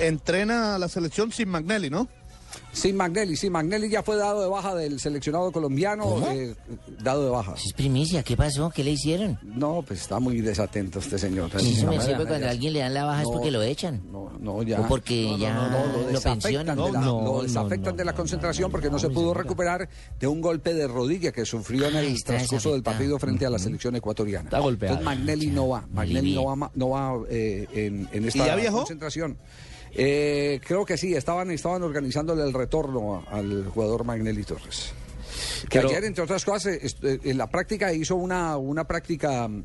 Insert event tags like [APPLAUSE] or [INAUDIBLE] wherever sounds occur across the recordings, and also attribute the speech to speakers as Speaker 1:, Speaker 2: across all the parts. Speaker 1: Entrena a la selección sin Magnelli, ¿no?
Speaker 2: Sin Magnelli, sí, Magnelli ya fue dado de baja del seleccionado colombiano,
Speaker 3: ¿Cómo?
Speaker 2: eh, dado de baja.
Speaker 3: Es Pues, primicia, ¿qué pasó? ¿Qué le hicieron?
Speaker 2: No, pues está muy desatento este señor.
Speaker 3: Si eso me
Speaker 2: No,
Speaker 3: sirve cuando a alguien le dan la baja es
Speaker 2: No.
Speaker 3: porque lo echan.
Speaker 2: No, no, ya.
Speaker 3: O porque ya lo pensionan.
Speaker 2: de la,
Speaker 3: No,
Speaker 2: lo
Speaker 3: no,
Speaker 2: desafectan
Speaker 3: no,
Speaker 2: de la
Speaker 3: no,
Speaker 2: concentración
Speaker 3: no, no,
Speaker 2: porque no,
Speaker 3: no,
Speaker 2: se
Speaker 3: mi
Speaker 2: pudo
Speaker 3: señora.
Speaker 2: recuperar de un golpe de rodilla que sufrió en el
Speaker 3: Ay, está
Speaker 2: transcurso del partido
Speaker 3: desafectado.
Speaker 2: frente a la selección ecuatoriana.
Speaker 4: Está golpeado.
Speaker 2: Entonces Magnelli no va, Magnelli no va, ma- no va eh, en, en esta
Speaker 1: ya viajó?
Speaker 2: concentración. Eh, creo que sí, estaban, estaban organizándole el retorno al jugador Magnelli Torres. Que
Speaker 4: Pero-
Speaker 2: ayer, entre otras cosas, eh, est- eh, en la práctica hizo una, una práctica mm,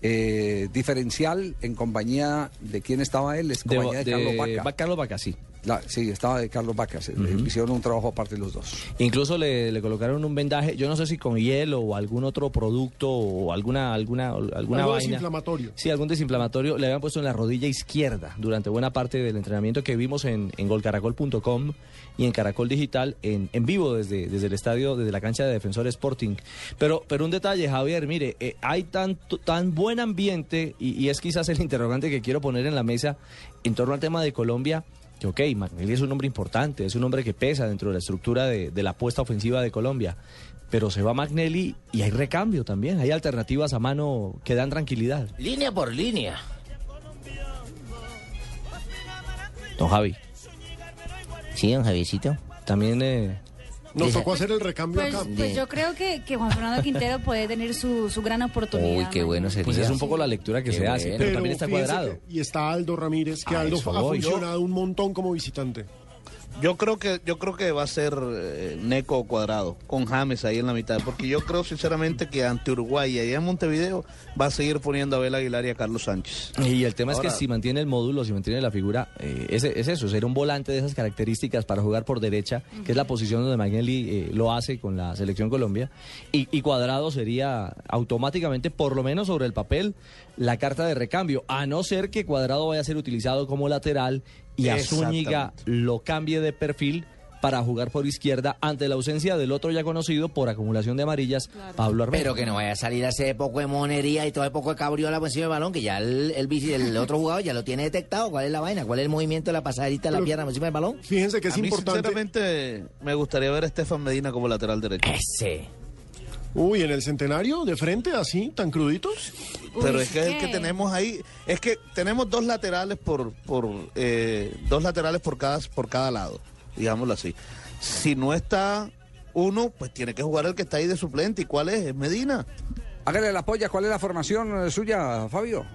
Speaker 2: eh, diferencial en compañía de quién estaba él, es compañía de, Carlos Vaca.
Speaker 4: Va- Carlos Vaca, sí.
Speaker 2: La- sí, estaba de Carlos Vaca, se- hicieron un trabajo aparte los dos.
Speaker 4: Incluso le, le colocaron un vendaje, yo no sé si con hielo o algún otro producto o alguna alguna alguna
Speaker 5: Algo
Speaker 4: vaina.
Speaker 5: desinflamatorio.
Speaker 4: Sí, algún desinflamatorio le habían puesto en la rodilla izquierda durante buena parte del entrenamiento que vimos en, en golcaracol.com y en Caracol Digital en, en vivo desde, desde el estadio, desde la cancha de Defensor Sporting. Pero, pero un detalle, Javier, mire, eh, hay tanto, tan buen ambiente y, y es quizás el [LAUGHS] interrogante que quiero poner en la mesa en torno al tema de Colombia. Que ok, Magnelli es un hombre importante, es un hombre que pesa dentro de la estructura de, de la apuesta ofensiva de Colombia. Pero se va Magnelli y hay recambio también, hay alternativas a mano que dan tranquilidad.
Speaker 3: Línea por línea.
Speaker 4: Don Javi,
Speaker 3: Sí, don Javiercito.
Speaker 4: también eh,
Speaker 5: Nos
Speaker 3: Deja-
Speaker 5: tocó hacer el recambio
Speaker 6: Pues,
Speaker 5: acá.
Speaker 6: pues yo creo que, que Juan Fernando Quintero puede tener su, su gran oportunidad.
Speaker 3: Uy, qué
Speaker 6: mañana.
Speaker 3: bueno sería.
Speaker 4: pues es un poco la lectura que
Speaker 3: Qué
Speaker 4: se hace,
Speaker 3: bueno.
Speaker 4: pero también está
Speaker 5: fíjense
Speaker 4: cuadrado.
Speaker 5: que- y está Aldo Ramírez, que
Speaker 4: A
Speaker 5: Aldo
Speaker 4: eso
Speaker 5: ha
Speaker 4: voy.
Speaker 5: funcionado un montón como visitante.
Speaker 1: Yo creo que yo creo que va a ser eh, Neco o Cuadrado con James ahí en la mitad, porque yo creo sinceramente que ante Uruguay y allá en Montevideo va a seguir poniendo a Abel Aguilar y a Carlos Sánchez.
Speaker 4: Y el tema es
Speaker 1: Ahora-
Speaker 4: que si mantiene el módulo, si mantiene la figura, eh, es, es eso, ser un volante de esas características para jugar por derecha, que es la posición donde Magnelli eh, lo hace con la selección Colombia, y, y cuadrado sería automáticamente, por lo menos sobre el papel, la carta de recambio, a no ser que cuadrado vaya a ser utilizado como lateral y a Zúñiga lo cambie de perfil para jugar por izquierda ante la ausencia del otro ya conocido por acumulación de amarillas, Pablo Armero.
Speaker 3: Pero que no vaya a salir a hacer poco de monería y todo el poco de cabriola por encima del balón, que ya el, el, bici- [LAUGHS] el otro jugador ya lo tiene detectado. ¿Cuál es la vaina? ¿Cuál es el movimiento de la pasadita de la
Speaker 5: Pero-
Speaker 3: pierna por encima del balón?
Speaker 5: Fíjense que es
Speaker 1: a mí
Speaker 5: importante.
Speaker 1: sinceramente me gustaría ver a Estefan Medina como lateral derecho.
Speaker 3: Ese.
Speaker 5: Uy, en el centenario, de frente, así, tan cruditos.
Speaker 1: Pero
Speaker 6: Uy,
Speaker 1: Eh, es que el que
Speaker 6: ¿qué?
Speaker 1: tenemos ahí, es que tenemos dos laterales por, por eh, dos laterales por cada, por cada lado, digámoslo así. Si no está uno, pues tiene que jugar el que está ahí de suplente. ¿Y cuál es? Es Medina.
Speaker 2: Hágale la polla, ¿cuál es la formación eh, suya, Fabio?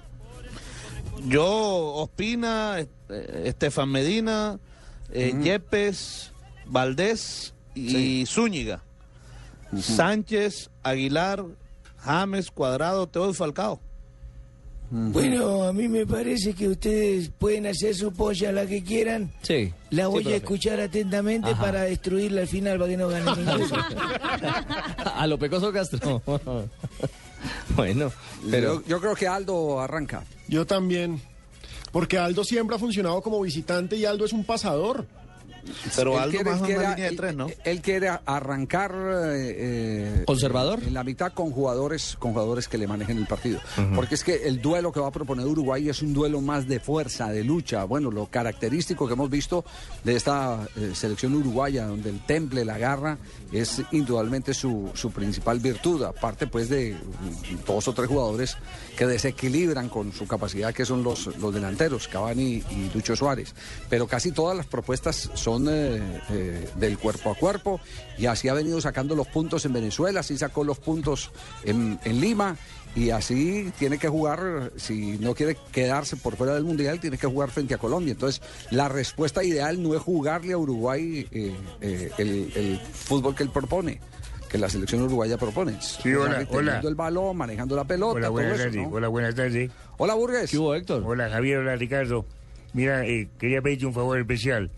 Speaker 1: Yo, Ospina, eh, Estefan Medina, eh, Yepes, Valdés y Zúñiga. Sánchez, Aguilar, James, Cuadrado, Teo y Falcao.
Speaker 7: Bueno, a mí me parece que ustedes pueden hacer su polla la que quieran.
Speaker 4: Sí.
Speaker 7: La
Speaker 4: Sí,
Speaker 7: voy a
Speaker 4: profe.
Speaker 7: escuchar atentamente
Speaker 4: Ajá.
Speaker 7: para destruirla al final para que no
Speaker 3: [LAUGHS]
Speaker 7: gane ninguno.
Speaker 4: [LAUGHS] A lo pecoso Castro. [LAUGHS] bueno, pero
Speaker 2: Pero... Yo, yo creo que Aldo arranca.
Speaker 5: Yo también. Porque Aldo siempre ha funcionado como visitante y Aldo es un pasador.
Speaker 1: Pero
Speaker 2: Él
Speaker 1: algo
Speaker 2: quiere-
Speaker 1: más
Speaker 2: él
Speaker 1: en
Speaker 2: quiere-
Speaker 1: una línea de
Speaker 2: él-
Speaker 1: tres, ¿no?
Speaker 2: Él, él quiere arrancar eh, eh,
Speaker 4: conservador.
Speaker 2: en la mitad con jugadores, con jugadores que le manejen el partido. Porque es que el duelo que va a proponer Uruguay es un duelo más de fuerza, de lucha. Bueno, lo característico que hemos visto de esta eh, selección uruguaya, donde el temple, la garra, es indudablemente su, su principal virtud. Aparte, pues, de mm, dos o tres jugadores que desequilibran con su capacidad, que son los, los delanteros, Cavani y Lucho Suárez. Pero casi todas las propuestas son eh, eh, del cuerpo a cuerpo y así ha venido sacando los puntos en Venezuela, así sacó los puntos en, en Lima y así tiene que jugar, si no quiere quedarse por fuera del Mundial, tiene que jugar frente a Colombia. Entonces, la respuesta ideal no es jugarle a Uruguay eh, eh, el, el fútbol que él propone, que la selección uruguaya propone.
Speaker 8: Sí, hola,
Speaker 2: Teniendo
Speaker 8: hola.
Speaker 2: el balón, manejando la pelota,
Speaker 8: Hola,
Speaker 2: todo
Speaker 8: buenas
Speaker 2: eso,
Speaker 8: tardes.
Speaker 2: ¿no?
Speaker 8: Hola, buenas tardes.
Speaker 2: Hola, Burgues.
Speaker 4: ¿Qué hubo, Héctor?
Speaker 8: Hola, Javier. Hola, Ricardo. Mira, eh, quería pedirte un favor especial.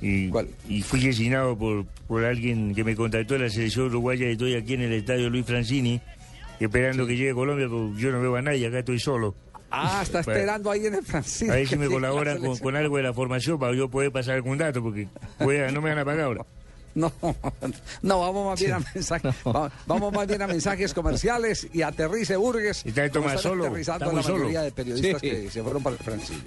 Speaker 8: Y,
Speaker 2: ¿Cuál?
Speaker 8: y fui asesinado por, por alguien que me contactó de la selección uruguaya y estoy aquí en el estadio Luis Francini, esperando que llegue a Colombia, porque yo no veo a nadie, acá estoy solo.
Speaker 2: Ah, está
Speaker 8: Bueno.
Speaker 2: esperando ahí en el Francisco. [LAUGHS]
Speaker 8: A ver si Pues- me
Speaker 2: que llegue la
Speaker 8: colaboran con,
Speaker 2: selección.
Speaker 8: con algo de la formación para yo poder pasar algún dato, porque voy a- no me van a pagar
Speaker 2: [LAUGHS]
Speaker 8: ahora.
Speaker 2: No, no, vamos más bien a mensajes. va- Vamos más bien a mensajes comerciales y aterrice Burgues.
Speaker 8: Está el
Speaker 2: como
Speaker 8: Tomás
Speaker 2: están
Speaker 8: solo,
Speaker 2: Aterrizando
Speaker 8: está muy
Speaker 2: la mayoría
Speaker 8: solo.
Speaker 2: de periodistas
Speaker 4: Sí.
Speaker 2: que se fueron para el Francini.